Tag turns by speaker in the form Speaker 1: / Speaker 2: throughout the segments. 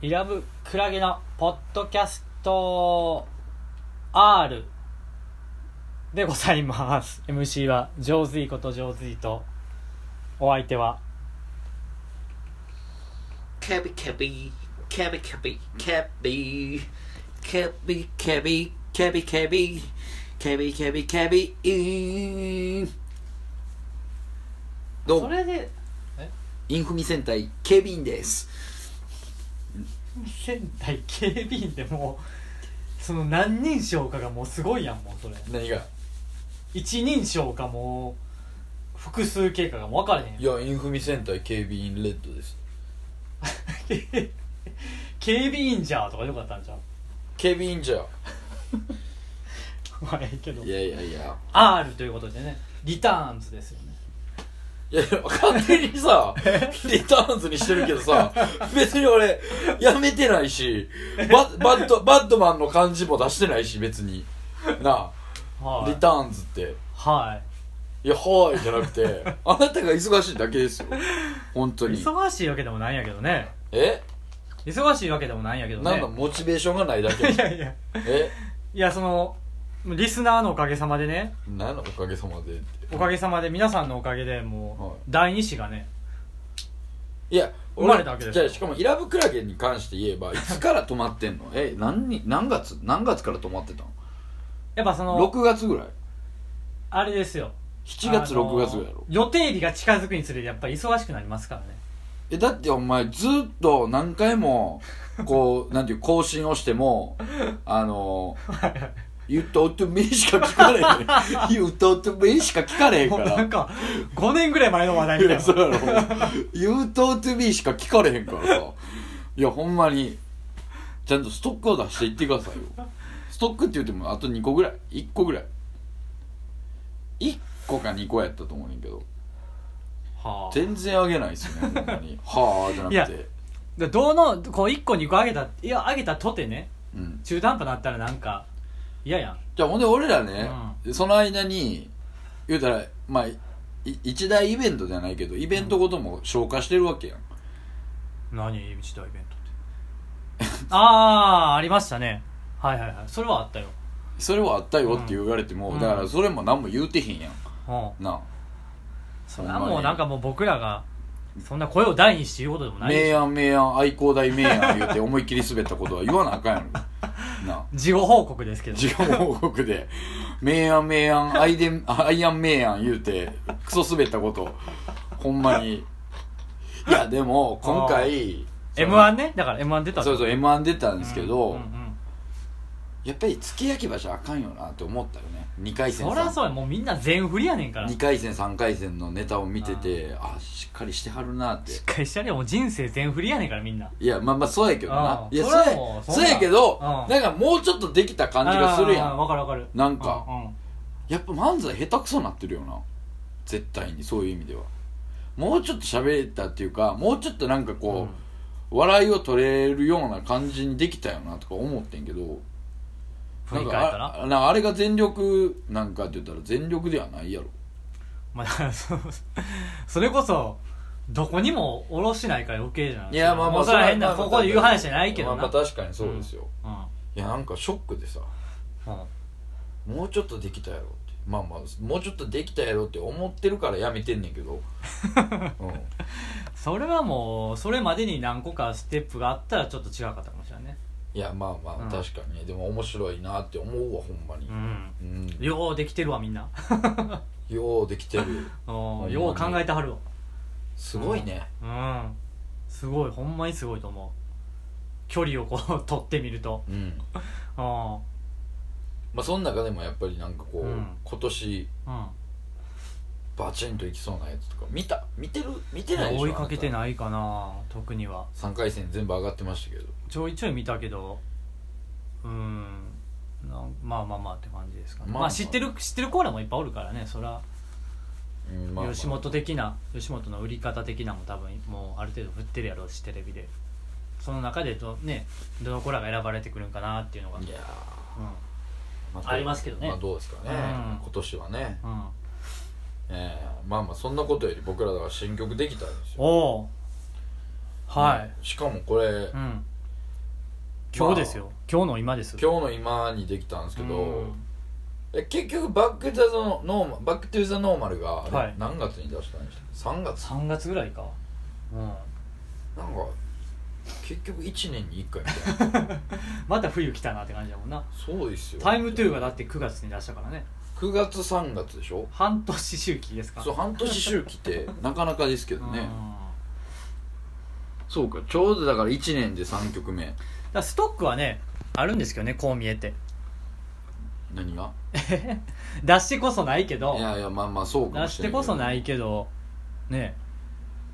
Speaker 1: リラブクラゲのポッドキャスト R でございます。MC は上手いこと上手いと、お相手は、
Speaker 2: ケビケビケビケビケビケビケビケビケビケビケビケビどう
Speaker 1: そ
Speaker 2: も
Speaker 1: れで、
Speaker 2: インフミ戦隊ケビンです
Speaker 1: 仙台警備員でもう、その何人称かがもうすごいやん、もうそれ。
Speaker 2: 何が
Speaker 1: 一人称かもう、複数形かがもう分からへんやん。
Speaker 2: やインフミ戦隊警備員レッドです
Speaker 1: 警備員じゃーとかよかったんじゃん。
Speaker 2: ケビンじゃ
Speaker 1: まあええけど
Speaker 2: い。やいやいや
Speaker 1: R ということでね、リターンズですよね。
Speaker 2: いや勝手に さリターンズにしてるけどさ別に俺やめてないしババッドバッドマンの感じも出してないし別になあ
Speaker 1: はい
Speaker 2: リ。ターンズって
Speaker 1: はい。
Speaker 2: いや、はーいじゃな くて、あなたが忙しいだけですよ。本当に。
Speaker 1: 忙しいわけでもないんやけどね
Speaker 2: え
Speaker 1: 忙しいわけでもないんやけどね
Speaker 2: なんだ、モチベーションがないだけ
Speaker 1: い。やいや
Speaker 2: え
Speaker 1: いやそのリスナーのおかげさまでね
Speaker 2: なんだ、おかげさまでって。
Speaker 1: おかげさまで皆さんのおかげでもう、
Speaker 2: はい
Speaker 1: 第二子がね
Speaker 2: いや、
Speaker 1: 生まれたわけです
Speaker 2: じゃ
Speaker 1: よ
Speaker 2: あ、しかも、イラブクラゲに関して言えば、いつから止まってんのえ、何に、何月、何月から止まってたの
Speaker 1: やっぱその
Speaker 2: ?6 月ぐらい
Speaker 1: あれですよ
Speaker 2: ?7 月、
Speaker 1: あの
Speaker 2: 6月ぐらいやろ。
Speaker 1: 予定日が近づくにつれてやっぱり忙しくなりますからね
Speaker 2: え、だってお前、ずっと何回も、こう、なん ていう、更新をしても、あの、言ったおってもいいしか聞かれへん。言ったおってもいいしか聞かれへんか
Speaker 1: もうな
Speaker 2: ら
Speaker 1: ん。か5年ぐらい前の話題み
Speaker 2: い
Speaker 1: たい
Speaker 2: や、そう
Speaker 1: な
Speaker 2: やろ。言うと to be しか聞かれへんからさ。いや、ほんまに、ちゃんとストックを出していってくださいよ。ストックって言っても、あと2個ぐらい。1個ぐらい。1個か2個やったと思うねんけど。
Speaker 1: はあ
Speaker 2: 全然あげないっすね、ほんまに。はあ、
Speaker 1: い
Speaker 2: じゃな
Speaker 1: や
Speaker 2: くて。
Speaker 1: でどのこう1個2個あげたいやあげたとてね
Speaker 2: うん。
Speaker 1: 中途半端なったらなんか嫌やん
Speaker 2: じゃあほんで俺らね、その間に、言うたら、まあ、い一大イベントじゃないけど、イベントごとも消化してるわけやん。
Speaker 1: 何一大イベントって ああありましたねはいはいはいそれはあったよ、
Speaker 2: それはあったよって言われても、
Speaker 1: うん
Speaker 2: だからそれも何も言うてへんやん。
Speaker 1: うん、
Speaker 2: なあ。
Speaker 1: それはもうなんかもう僕らがそんな声を大にして言うことでもない
Speaker 2: 明暗明暗愛工大明暗言うて思いっきり滑ったことは言わなあかんや ろなあ
Speaker 1: 事後報告ですけど
Speaker 2: 自我報告で明暗明暗愛で愛暗明暗言うてクソ滑ったことほんまにいやでも今回
Speaker 1: m 1ねだから m 1出た
Speaker 2: そうそうう m 1出たんですけ
Speaker 1: ん
Speaker 2: ど、
Speaker 1: うんうん
Speaker 2: やっぱり付け焼き場じゃあかんよなって思ったよね2回戦
Speaker 1: そりゃそうやもうみんな全振りやねんからし
Speaker 2: 2回戦3回戦のネタを見ててあしっかりしてはるなって
Speaker 1: っかりしたりもう人生全振りやねんからみんない
Speaker 2: やまあまあそうやけどな
Speaker 1: うん
Speaker 2: いや
Speaker 1: そ
Speaker 2: そ
Speaker 1: れは
Speaker 2: うや
Speaker 1: もうそん
Speaker 2: そ
Speaker 1: な
Speaker 2: うやけど
Speaker 1: うん
Speaker 2: なんかもうちょっとできた感じがするや
Speaker 1: あー
Speaker 2: ん
Speaker 1: わかるわかる
Speaker 2: なんか
Speaker 1: うんうん
Speaker 2: やっぱ漫才下手くそなってるよな絶対にそういう意味ではもうちょっと喋れたっていうかもうちょっとなんかこう、笑いを取れるような感じにできたよなとか思ってんけど
Speaker 1: 振り
Speaker 2: ん
Speaker 1: 返った
Speaker 2: からあなんかあれが全力なんかって言ったら全力ではないやろ
Speaker 1: まあ だからそのそれこそどこにもおろしないから余計じゃない
Speaker 2: いやまあま
Speaker 1: も
Speaker 2: あ
Speaker 1: うそれは
Speaker 2: は
Speaker 1: 変な
Speaker 2: まあまあ
Speaker 1: ここで言う話じゃないけど
Speaker 2: まあ
Speaker 1: な
Speaker 2: まあ確かにそうですよ、
Speaker 1: う
Speaker 2: いやなんかショックでさ
Speaker 1: んうん
Speaker 2: もうちょっとできたやろってまあまあもうちょっとできたやろって思ってるからやめてんねんけ ど、うん
Speaker 1: それはもうそれまでに何個かステップがあったらちょっと違かったかもしれないね
Speaker 2: いやまあまあ、
Speaker 1: うん
Speaker 2: 確かにねでも面白いなって思うわほんまに
Speaker 1: う、ん
Speaker 2: うん
Speaker 1: ようできてるわみんな
Speaker 2: ようできてる
Speaker 1: うん
Speaker 2: ん
Speaker 1: よう考えてはる
Speaker 2: すごいね、
Speaker 1: わうんすごいほんまにすごいと思う距離をこう取ってみると
Speaker 2: うん
Speaker 1: うん
Speaker 2: まあ、その中でもやっぱりなんかこう、
Speaker 1: うん
Speaker 2: 今年
Speaker 1: うん
Speaker 2: バチンといきそうなやつとか見た見てる見てないでしょ
Speaker 1: 追いかけて
Speaker 2: い
Speaker 1: ないかな特には
Speaker 2: 3回戦全部上がってましたけど
Speaker 1: ちょいちょい見たけどうんなんまあまあまあって感じですかね
Speaker 2: まあ
Speaker 1: ま
Speaker 2: ま
Speaker 1: あ、
Speaker 2: あ
Speaker 1: 知ってる知ってるコーラもいっぱいおるからねそら
Speaker 2: うんまあまあ
Speaker 1: 吉本的な吉本の売り方的なも多分もうある程度振ってるやろうしテレビでその中でど,、ね、どの子らが選ばれてくるんかなっていうのが、うん
Speaker 2: いやーま
Speaker 1: ありますけどね
Speaker 2: まあどうですかね、
Speaker 1: うん
Speaker 2: 今年はね、
Speaker 1: うん、
Speaker 2: ええまあまあそんなことより僕らだから新曲できたんですよ
Speaker 1: おおはい、
Speaker 2: うんしかもこれ、
Speaker 1: うん今日ですよ、今日の今です
Speaker 2: 今日の今にできたんですけ
Speaker 1: う
Speaker 2: ど
Speaker 1: ん
Speaker 2: え結局バック・ザ・ノーマルバック・トゥ・ザ・ノーマルがあれ
Speaker 1: はい
Speaker 2: 何月に出したんでしたっけ3月
Speaker 1: 3月ぐらいかうん
Speaker 2: なんか結局1年に1回み たいな
Speaker 1: また冬来たなって感じだもんな
Speaker 2: そうですよ
Speaker 1: タイムトゥーがだって9月に出したからね
Speaker 2: 9月3月でしょ
Speaker 1: 半年周期ですか
Speaker 2: そう半年周期って なかなかですけど
Speaker 1: うん
Speaker 2: ね
Speaker 1: だか
Speaker 2: そうかちょうどだから1年で3曲目
Speaker 1: らストックはねあるんですけどねこう見えて
Speaker 2: 何が
Speaker 1: 出してこそないけど
Speaker 2: いやいやまあまあそうかも
Speaker 1: 出
Speaker 2: し
Speaker 1: し
Speaker 2: れ
Speaker 1: て
Speaker 2: んけど
Speaker 1: こそないけどね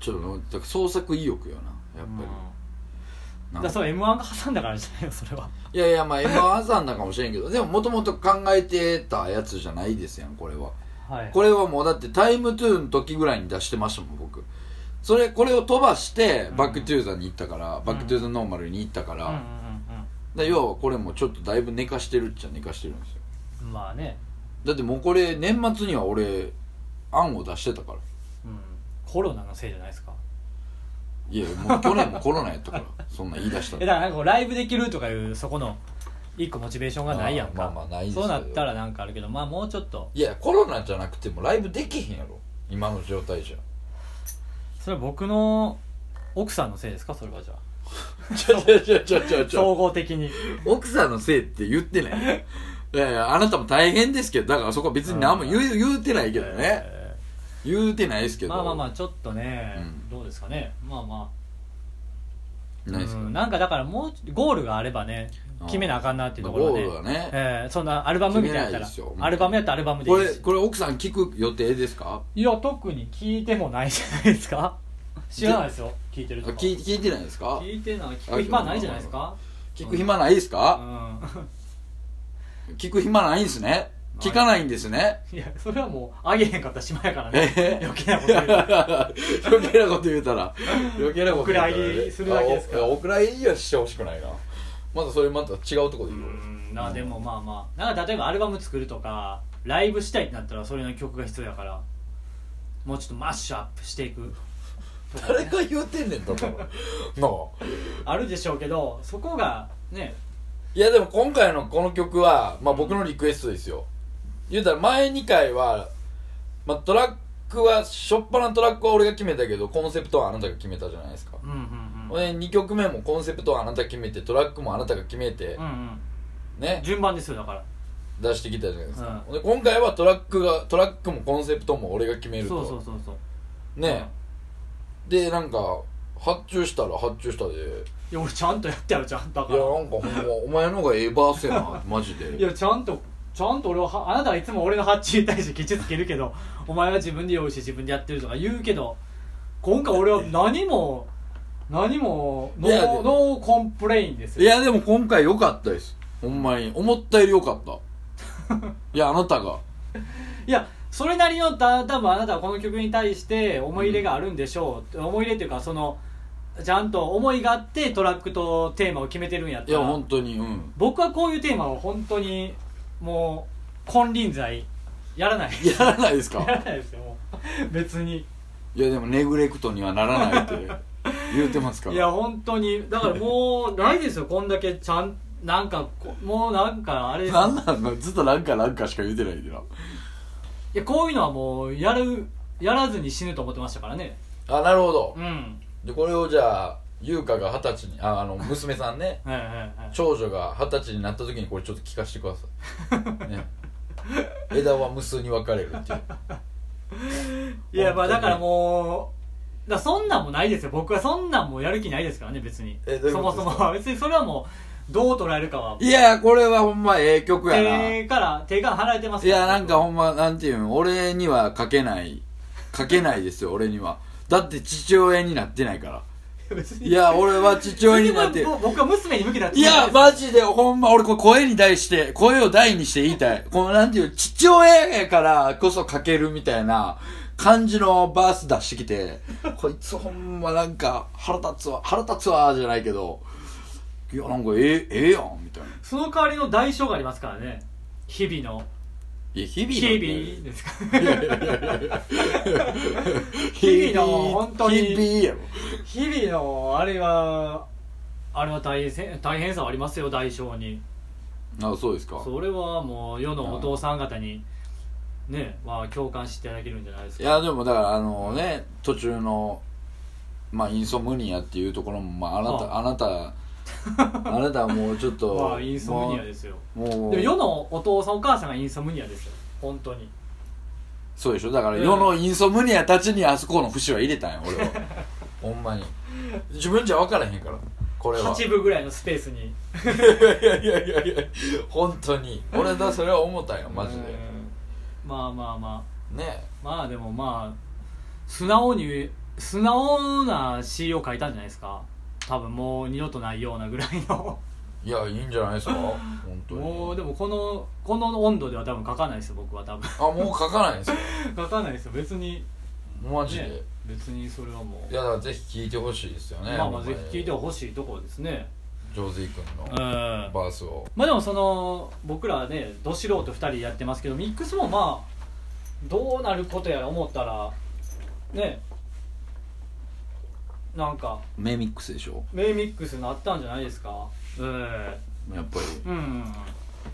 Speaker 2: ちょっとだから創作意欲よなやっ
Speaker 1: うんだ
Speaker 2: ぱり、
Speaker 1: からそう m 1が挟んだからじゃないよそれはい
Speaker 2: やいやまあ m 1さんだかもしれんけど でももともと考えてたやつじゃないですやんこれは
Speaker 1: はい
Speaker 2: これはもうだってタイムトゥーの時ぐらいに出してましたもん僕それこれを飛ばして
Speaker 1: うん
Speaker 2: バックトゥーザに行ったから、バックトゥーザノーマルに行ったか
Speaker 1: う
Speaker 2: ら
Speaker 1: んうん、
Speaker 2: だから要はこれもちょっとだいぶ寝かしてるっちゃ寝かしてるんですよ
Speaker 1: うんうんまあね
Speaker 2: だってもうこれ年末には俺案を出してたから
Speaker 1: うんコロナのせいじゃないですか
Speaker 2: いやもう去年もコロナやったからそんなん言い出した
Speaker 1: えだからなんかこうライブできるとかいうそこの一個モチベーションがないやんか
Speaker 2: あーまあまあないですけ
Speaker 1: そ
Speaker 2: ど
Speaker 1: うなったらなんかあるけどまあもうちょっと
Speaker 2: いやコロナじゃなくてもライブできへんやろ今の状態じゃ
Speaker 1: それは僕の奥さんのせいですかそれはじゃあ
Speaker 2: ちゃちゃちゃちゃちゃちゃ
Speaker 1: 総合的に
Speaker 2: 奥さんのせいって言ってないいやいやあなたも大変ですけどだからそこは別に何も言う,、言うてないけどね
Speaker 1: え
Speaker 2: 言うてないですけ
Speaker 1: ー
Speaker 2: ど
Speaker 1: まあまあまあちょっとね、
Speaker 2: うん
Speaker 1: どうですかねまあまあ
Speaker 2: ないですか、
Speaker 1: うんなんかだからもうゴールがあればね
Speaker 2: うん
Speaker 1: 決めなあかんなっていうところ
Speaker 2: ゴ
Speaker 1: は
Speaker 2: ー
Speaker 1: ね
Speaker 2: ルはね、
Speaker 1: えーそんなアルバムみたいなやったら
Speaker 2: 決めないですよ
Speaker 1: アルバムやったらアルバムでいい
Speaker 2: こ
Speaker 1: で
Speaker 2: れ
Speaker 1: す
Speaker 2: これ奥さん聞く予定ですか
Speaker 1: いや特に聞いてもないじゃないです か知らないですよ聞いて
Speaker 2: あ
Speaker 1: るとか
Speaker 2: 聞い聞いてないですか
Speaker 1: 聞いてない聞く暇ないじゃないですか
Speaker 2: 聞く暇ないですか、
Speaker 1: うん
Speaker 2: 聞く暇ないんですね
Speaker 1: ない
Speaker 2: 聞かないんですね
Speaker 1: いやそれはもうあげへんかった島やからね、
Speaker 2: え
Speaker 1: 余計なこと言う から
Speaker 2: 余計なこと言うたら余計なこと言うたら
Speaker 1: お蔵入りするだけですから
Speaker 2: あおお蔵入りはしてほしくないなまだそれまた違うとこ
Speaker 1: う
Speaker 2: で言うよ
Speaker 1: んなでもまあまあなんか例えばアルバム作るとかライブしたいってなったらそれの曲が必要やからもうちょっとマッシュアップしていくとか
Speaker 2: 誰が言うてん ねんだからなあ
Speaker 1: あるでしょうけどそこがね
Speaker 2: いやでも今回のこの曲は、まあ、僕のリクエストですよ言うたら前2回は、まあ、トラックはしょっぱなトラックは俺が決めたけどコンセプトはあなたが決めたじゃないですか
Speaker 1: うんうんうん
Speaker 2: で2曲目もコンセプトはあなたが決めてトラックもあなたが決めて
Speaker 1: う、んうん
Speaker 2: ね
Speaker 1: 順番ですよだから
Speaker 2: 出してきたじゃないですか、で今回はトラックがトラックもコンセプトも俺が決める
Speaker 1: そ
Speaker 2: と
Speaker 1: うそうそうそう
Speaker 2: ね、でなんか発注したら発注したでい
Speaker 1: いや俺ちゃんとやってやるちゃんとだか
Speaker 2: や
Speaker 1: ら
Speaker 2: なんかほんまお前の方がエバース やなマジで
Speaker 1: いやちゃんとちゃんと俺ははあなたはいつも俺の発注に対してケチつけるけどお前は自分で用意して自分でやってるとか言うけど今回俺は何も何もノ
Speaker 2: いやで
Speaker 1: ー
Speaker 2: も
Speaker 1: ノーコンプレインです
Speaker 2: い
Speaker 1: よ
Speaker 2: やでも今回良かったですほんまに思ったより良かった いやあなたが
Speaker 1: いやそれなりのた多分あなたはこの曲に対して思い入れがあるんでしょう、思い入れというかそのちゃんと思いがあってトラックとテーマを決めてるんやっ
Speaker 2: い
Speaker 1: た
Speaker 2: や
Speaker 1: ら
Speaker 2: 本当にうん
Speaker 1: 僕はこういうテーマを本当にもう金輪際やらない
Speaker 2: やらないです
Speaker 1: や ら
Speaker 2: か
Speaker 1: ないですよもう別に
Speaker 2: いやでもネグレクトにはならないって 言うてますから
Speaker 1: いや本当にだからもうないですよこんだけちゃんなんかこもうなんかあれです
Speaker 2: なんなんのずっとなんかなんかしか言うてないけど
Speaker 1: いやこういうのはもうやるやらずに死ぬと思ってましたからね
Speaker 2: あなるほど、
Speaker 1: うん
Speaker 2: でこれをじゃあ優香が二十歳にああの娘さんね
Speaker 1: はいはいはい
Speaker 2: 長女が二十歳になった時にこれちょっと聞かせてください、ね、枝は無数に分かれるっていう
Speaker 1: いやまあ
Speaker 2: 本当に
Speaker 1: だからもうだからそんなんもないですよ僕はそんなんもやる気ないですからね別に
Speaker 2: えどういう
Speaker 1: そ
Speaker 2: こと
Speaker 1: も
Speaker 2: です
Speaker 1: そ
Speaker 2: か
Speaker 1: もは別にそれはもうどう捉えるかはい
Speaker 2: やこれはほんまええ曲やな、
Speaker 1: 手から手が離れてます
Speaker 2: い
Speaker 1: ら
Speaker 2: やなんかほんまなんていうん俺には書けない書けないですよ俺にはだって父親になってないから
Speaker 1: 別に
Speaker 2: いや俺は父親になって
Speaker 1: 別に僕僕は娘に向けたって
Speaker 2: い
Speaker 1: 言う
Speaker 2: や、マジで、ほんま、俺、これ声に対して、声を大にして言いたい。この、なんていう、父親やからこそ書けるみたいな感じのバース出してきて、こいつほんまなんか、腹立つわ、腹立つわ、じゃないけど、いや、なんか、ええ、ええやん、みたいな。
Speaker 1: その代わりの代償がありますからね日々の
Speaker 2: いや、日々の
Speaker 1: 日々 ですか
Speaker 2: 日
Speaker 1: 々の本当に
Speaker 2: 日々やろ。
Speaker 1: 日々のあれはあれは大変大変さはありますよ代償に
Speaker 2: あそうですか
Speaker 1: それはもう世のお父さん方にねは共感していただけるんじゃないです
Speaker 2: い
Speaker 1: か
Speaker 2: やでもだからあのね途中のまあインソムニアっていうところもまああなたあ なたあなたはもうちょっと
Speaker 1: まあインソムニアですよ
Speaker 2: も
Speaker 1: でも
Speaker 2: う
Speaker 1: 世のお父さんお母さんがインソムニアですよ本当に
Speaker 2: そうでしょだから
Speaker 1: うん
Speaker 2: 世のインソムニアたちにあそこの節は入れたんや俺 はほんまに自分じゃ分からへんからこれは
Speaker 1: 8部ぐらいのスペースに
Speaker 2: いやいやいやいや本当に俺だそれは思ったんよマジで
Speaker 1: うんまあまあま
Speaker 2: ね
Speaker 1: あまあでもまあ素直に素直な詩を書いたんじゃないですか多分もう二度とないようなぐらいの
Speaker 2: いやいいんじゃないですか本当に
Speaker 1: もうでもこのこの温度では多分書かないですよ僕は多分
Speaker 2: あもう書かないんですよ
Speaker 1: 書かないですよ別に
Speaker 2: マジで、
Speaker 1: ね別にそれはもう
Speaker 2: いやだからぜひ聞いてほしいですよね
Speaker 1: まあまあぜひ聞いて
Speaker 2: ほ
Speaker 1: ほしいところですね
Speaker 2: ジョーズイ君
Speaker 1: うん
Speaker 2: の
Speaker 1: ま
Speaker 2: バースを
Speaker 1: あでもその僕らねど素人2人やってますけどミックスもまあどうなることやら思ったらねなんか
Speaker 2: メミックスでしょ
Speaker 1: 名ミックスになったんじゃないですかうん
Speaker 2: やっぱり
Speaker 1: うん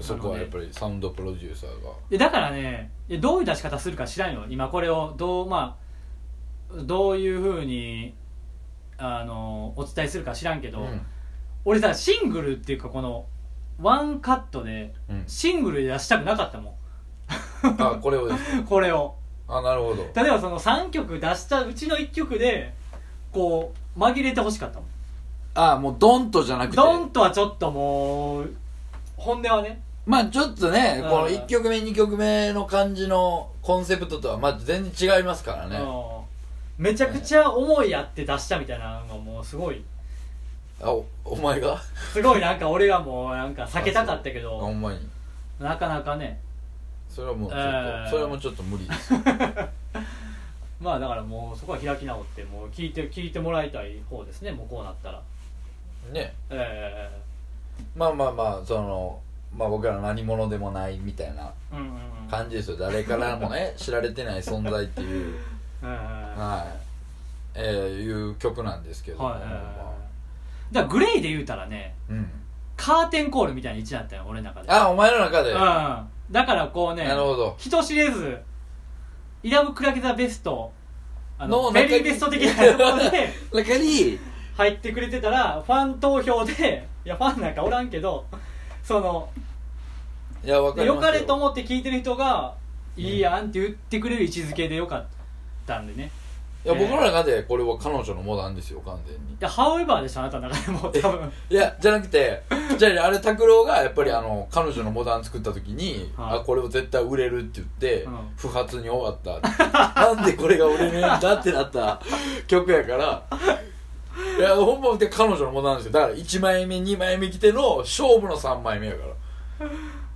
Speaker 2: そこはやっぱりサウンドプロデューサーが
Speaker 1: でだからねいやどういう出し方するか知らんよ今これをどうまあどういうふうにあのお伝えするか知らんけど、俺さシングルっていうかこのワンカットで
Speaker 2: うん、うん、
Speaker 1: シングルで出したくなかったも
Speaker 2: あこれをです
Speaker 1: んこれを
Speaker 2: あなるほど
Speaker 1: 例えばその3曲出したうちの1曲でこう紛れてほしかったもん
Speaker 2: あもうドンとじゃなくて
Speaker 1: ドンとはちょっともう本音はね
Speaker 2: まあちょっとね
Speaker 1: うん
Speaker 2: この1曲目2曲目の感じのコンセプトとはまあ全然違いますからね
Speaker 1: うんめちゃくちゃ思いやって出したみたいなのがもうすごい
Speaker 2: あおお前が
Speaker 1: すごいなんか俺らもなんか避けたかったけ
Speaker 2: あほ
Speaker 1: ど
Speaker 2: んまに
Speaker 1: なかなかね
Speaker 2: それはもうちょっと、
Speaker 1: うん
Speaker 2: それはもうちょっと無理ですよ
Speaker 1: まあだからもうそこは開き直ってもう聞いて聞いてもらいたい方ですねもうこうなったら
Speaker 2: ね
Speaker 1: え
Speaker 2: まあまあまあそのまあ僕ら何者でもないみたいな
Speaker 1: えうんうんうん
Speaker 2: 感じですよ誰からもね知られてない存在っていう
Speaker 1: うんうんうん
Speaker 2: はいえー、いう曲なんですけど、
Speaker 1: はいはいはい
Speaker 2: ま
Speaker 1: はいだからグレイで言うたらね
Speaker 2: あうん、
Speaker 1: カーテンコールみたいな位置だったよ俺の中で
Speaker 2: あお前の中で、
Speaker 1: うんだからこうね
Speaker 2: なるほど
Speaker 1: 人知れずイラブ・クラゲザ・ベストあの
Speaker 2: の
Speaker 1: ベ
Speaker 2: 中に
Speaker 1: リーベスト的なところ で
Speaker 2: 中に
Speaker 1: 入ってくれてたらファン投票で いやファンなんかおらんけどその
Speaker 2: いやわかりますよ
Speaker 1: 良かれと思って聞いてる人がいいやんって言ってくれる位置づけでよかったんでね
Speaker 2: いや僕の中でこれは彼女のモダンですよ完全に
Speaker 1: いやハウエバーでしょあなたの中でも多分
Speaker 2: いやじゃなくてじゃああれ拓郎がやっぱりあの彼女のモダン作った時に、
Speaker 1: はい
Speaker 2: あこれを絶対売れるって言って、
Speaker 1: うん
Speaker 2: 不発に終わったなんでこれが売れねえんだってなった曲やからいやほんまで彼女のモダンですよだから1枚目2枚目来ての勝負の3枚目やから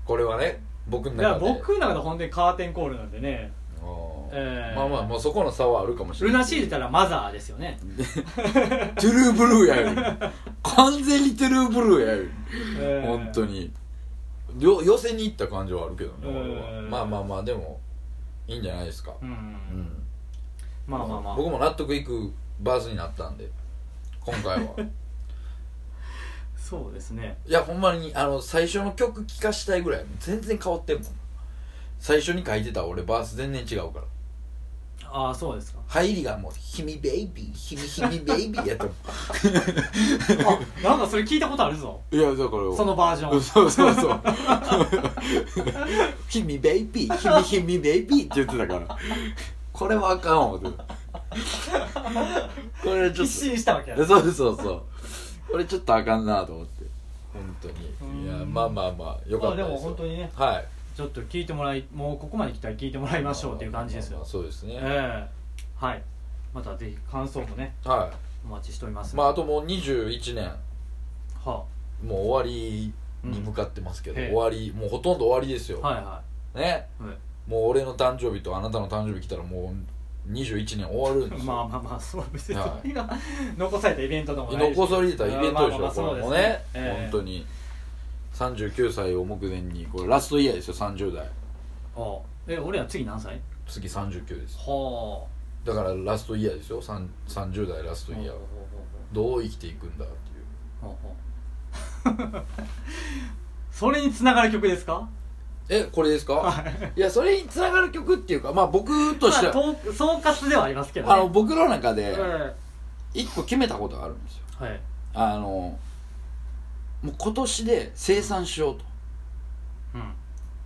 Speaker 2: これはね僕の
Speaker 1: いや
Speaker 2: 中で
Speaker 1: 僕の中で本当にカーテンコールなんでね
Speaker 2: うん
Speaker 1: えー
Speaker 2: まあまあもうそこの差はあるかもしれ
Speaker 1: ル
Speaker 2: ない
Speaker 1: ナシーで言ったらマザーですよね
Speaker 2: トゥルーブルーやより完全にトゥルーブルーやより本
Speaker 1: 本
Speaker 2: 当によ寄せに行った感じはあるけどね俺は
Speaker 1: うん
Speaker 2: まあまあまあでもいいんじゃないですか
Speaker 1: うん、
Speaker 2: うん
Speaker 1: まあまあまあ
Speaker 2: 僕も納得いくバースになったんで今回は
Speaker 1: そうですね
Speaker 2: いやほんまにあの最初の曲聴かしたいぐらい全然変わってんもん最初に書いてた俺バース全然違うから
Speaker 1: ああそうですか
Speaker 2: 入りがもう「ひみベイビーひみひみベイビー」やったもん
Speaker 1: あなんかそれ聞いたことあるぞ
Speaker 2: いやだから
Speaker 1: そのバージョン
Speaker 2: そうそう そう「ひみベイビーひみひみベイビー」って言ってたからこれはあかん思ってこれち
Speaker 1: 一
Speaker 2: ょっと
Speaker 1: 新したわけや
Speaker 2: そうそうそうこれちょっとあかんなと思って本当にいうや
Speaker 1: ん
Speaker 2: まあまあまあよかったですよ、
Speaker 1: まあでも本当にね
Speaker 2: はい
Speaker 1: ちょっと聞いてもらいもうここまで来たら聞いてもらいましょうっていう感じです
Speaker 2: まあまあま
Speaker 1: よ
Speaker 2: あそうですね、
Speaker 1: ええはいまたぜひ感想もね
Speaker 2: は
Speaker 1: お待ちしておりま
Speaker 2: い
Speaker 1: す
Speaker 2: まああともう21年
Speaker 1: は
Speaker 2: もう終わりに向かってますけど、
Speaker 1: うんへえ
Speaker 2: 終わりもうほとんど終わりですよ、
Speaker 1: あはいは
Speaker 2: ね
Speaker 1: い、はい
Speaker 2: もう俺の誕生日とあなたの誕生日来たらもう21年終わるんですよ、
Speaker 1: まあまあまあそう別に
Speaker 2: は
Speaker 1: そ
Speaker 2: い
Speaker 1: れが残されたイベントでもないです
Speaker 2: 残されたイベントでし
Speaker 1: まあまあま
Speaker 2: ょ
Speaker 1: あ
Speaker 2: こ
Speaker 1: そう
Speaker 2: れ
Speaker 1: で
Speaker 2: も
Speaker 1: すね
Speaker 2: ね
Speaker 1: ええ
Speaker 2: 本当に39歳を目前にこれラストイヤーですよ30代
Speaker 1: ああえ俺は次何歳
Speaker 2: 次39です
Speaker 1: は
Speaker 2: だからラストイヤーですよさん30代ラス
Speaker 1: あ
Speaker 2: トイヤーどう生きていくんだっていう
Speaker 1: ほうほうほうほうほう それにつながる曲ですか
Speaker 2: えこれですか、、
Speaker 1: はい
Speaker 2: やそれにつながる曲っていうかまあ僕と
Speaker 1: ま
Speaker 2: して
Speaker 1: あ、
Speaker 2: は、
Speaker 1: と総括ではありますけどね
Speaker 2: あの僕の中で
Speaker 1: え
Speaker 2: 一個決めたことがあるんですよ
Speaker 1: えはい
Speaker 2: あのもう今年で生産しようと
Speaker 1: うん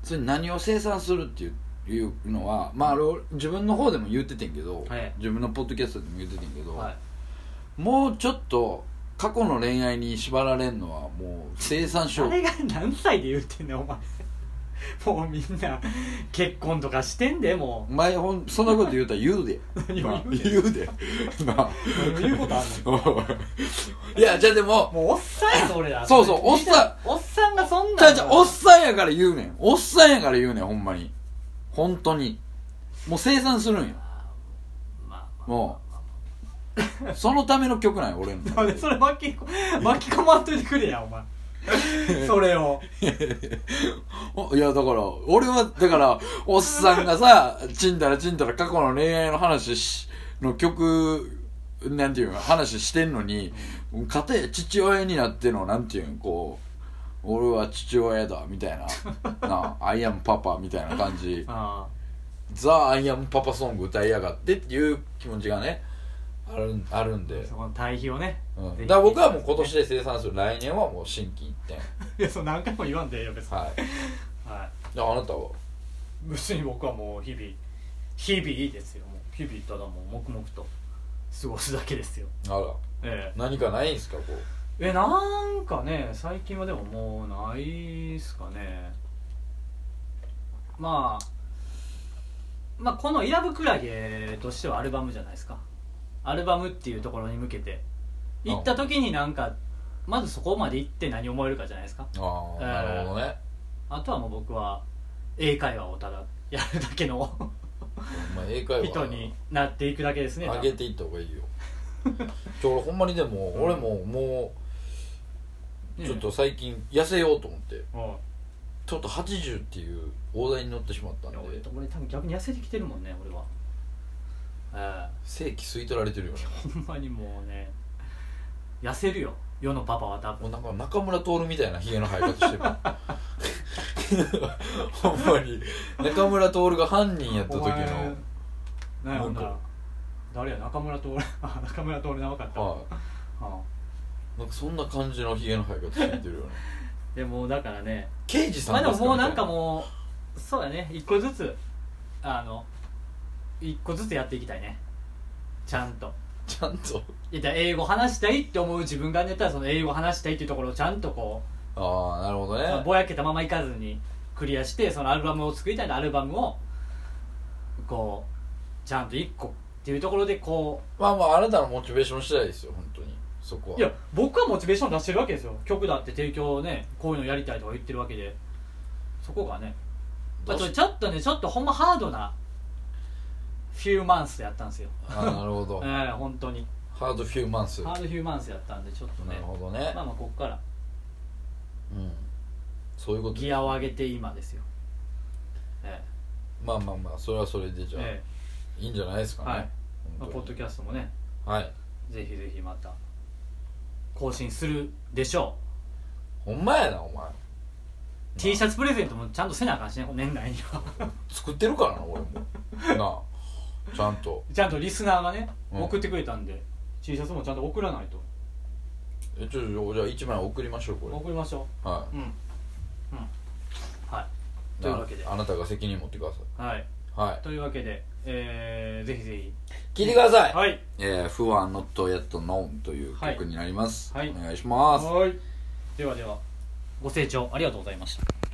Speaker 2: それ何を生産するっていういうのはまああれ俺自分の方でも言っててんけど、
Speaker 1: はい
Speaker 2: 自分のポッドキャストでも言っててんけど、
Speaker 1: はい
Speaker 2: もうちょっと過去の恋愛に縛られんのはもう生産しよう
Speaker 1: 誰が何歳で言ってんねんお前 もうみんな結婚とかしてんでも
Speaker 2: 前ほんそんなこと言うたら言 うで
Speaker 1: 何を
Speaker 2: な言うで な
Speaker 1: う何を言うことあんの
Speaker 2: いやじゃあでも
Speaker 1: もうおっさんやぞ俺ら
Speaker 2: そうそうおっさ
Speaker 1: んおっさんがそん
Speaker 2: じゃ
Speaker 1: な
Speaker 2: あ
Speaker 1: ん
Speaker 2: じゃあおっさんやから言うねんおっさんやから言うねんほんまに本当にもう生産するんよ
Speaker 1: まあ
Speaker 2: もうそのための曲なんよ俺の
Speaker 1: まあ、なんで それ巻き込巻き込まんといてくれやお前 それを
Speaker 2: おいやだから俺はだからおっさんがさちんたらちんたら過去の恋愛の話しの曲なんていうの話してんのに家庭父親になってのなんていうのこう俺は父親だみたいななアイアンパパみたいな感じ
Speaker 1: あ
Speaker 2: ザ・アイアンパパソング歌いやがってっていう気持ちがねあるんあるんで、
Speaker 1: あそこの対比をね、
Speaker 2: うん、
Speaker 1: ぜひ
Speaker 2: だから僕はもう今年で生産する来年はもう心機一転
Speaker 1: いやそう何回も言わんでええよ別に、
Speaker 2: はい
Speaker 1: は、
Speaker 2: じゃああなたはい
Speaker 1: 別に僕はもう日々日々いいですよもう日々ただもう黙々と過ごすだけですよ
Speaker 2: あら
Speaker 1: ええ
Speaker 2: 何かないんすかこう
Speaker 1: えなんかね最近はでももうないっすかねまあまあこの「イラブクラゲ」としてはアルバムじゃないですかアルバムっていうところに向けて行った時になんかまずそこまで行って何思えるかじゃないですか
Speaker 2: ああ、
Speaker 1: えー
Speaker 2: なるほどね
Speaker 1: あとはもう僕は英会話をただやるだけの
Speaker 2: まあ英会話
Speaker 1: 人になっていくだけですね
Speaker 2: 上げていった方がいいよちょ俺ほんまにでも、
Speaker 1: うん
Speaker 2: 俺もも
Speaker 1: 多
Speaker 2: う
Speaker 1: 分
Speaker 2: ちょっと最近痩せようと思って
Speaker 1: うん
Speaker 2: ちょっと80っていう大台に乗ってしまったん
Speaker 1: いや俺
Speaker 2: で
Speaker 1: 俺多分逆に痩せてきてるもんね俺はええ
Speaker 2: 正規吸い取られてるよね
Speaker 1: ほんまにもうね痩せるよ世のパパは多
Speaker 2: もう
Speaker 1: 分
Speaker 2: なんか中村徹みたいなヒゲの生え方してる ほんまに中村徹が犯人やった時の、
Speaker 1: 何やほんな
Speaker 2: なん
Speaker 1: ら
Speaker 2: か
Speaker 1: 誰や中村徹あ中村徹なわかったわ、
Speaker 2: は
Speaker 1: うん
Speaker 2: い、なんかそんな感じのヒゲの生え方してるよね
Speaker 1: でもだからね
Speaker 2: 刑事さん
Speaker 1: まあでももうなんか
Speaker 2: う
Speaker 1: もうそうだね一個ずつあの一個ずつやっていきたいねちゃんと
Speaker 2: ちゃんと
Speaker 1: いや英語話したいって思う自分がねたらその英語話したいっていうところをちゃんとこう
Speaker 2: ああなるほどね
Speaker 1: まあぼやけたままいかずにクリアしてそのアルバムを作りたいなアルバムをこうちゃんと1個っていうところでこ
Speaker 2: まあまああなたのモチベーション次第ですよ本当にそこは
Speaker 1: ういや僕はモチベーション出してるわけですよ曲だって提供ねこういうのやりたいとか言ってるわけでそこがねまあちょちょっとねちょっとほんまハードなフィーマンスやったんですよ
Speaker 2: あなるほど
Speaker 1: ええ本当に
Speaker 2: ハードフィューマンス
Speaker 1: ハ
Speaker 2: な
Speaker 1: ードヒューマンスやったんでちょっとね
Speaker 2: るほどね、
Speaker 1: まあまあこっから
Speaker 2: うんそういうこと
Speaker 1: ギアを上げて今ですよえ
Speaker 2: まあまあまあそれはそれで
Speaker 1: え
Speaker 2: じゃあ、
Speaker 1: え
Speaker 2: いいんじゃないですかね、
Speaker 1: はいえまあ
Speaker 2: 本
Speaker 1: ポッ
Speaker 2: 当
Speaker 1: ド
Speaker 2: に
Speaker 1: キャストもね
Speaker 2: はい
Speaker 1: ぜひぜひまた更新するでしょ
Speaker 2: ほんまやなお前
Speaker 1: う T シャツプレゼントもちゃんとせなあかんしね年内には
Speaker 2: 作ってるからな俺もなあちゃんと
Speaker 1: ちゃんとリスナーがね
Speaker 2: うん
Speaker 1: 送ってくれたんで、T シャツもちゃんと送らないと
Speaker 2: えちょっとじゃあ1枚送りましょうこれ
Speaker 1: 送りましょ
Speaker 2: は
Speaker 1: ううんうんはいというわけで
Speaker 2: あなたが責任持ってくだ
Speaker 1: い
Speaker 2: さ
Speaker 1: はい
Speaker 2: いはい
Speaker 1: というわけでえー、ぜひぜひ
Speaker 2: 聞いてください、
Speaker 1: はい
Speaker 2: えー、不安 not yet known という曲になります、
Speaker 1: はい
Speaker 2: お願いします
Speaker 1: はいではではご清聴ありがとうございました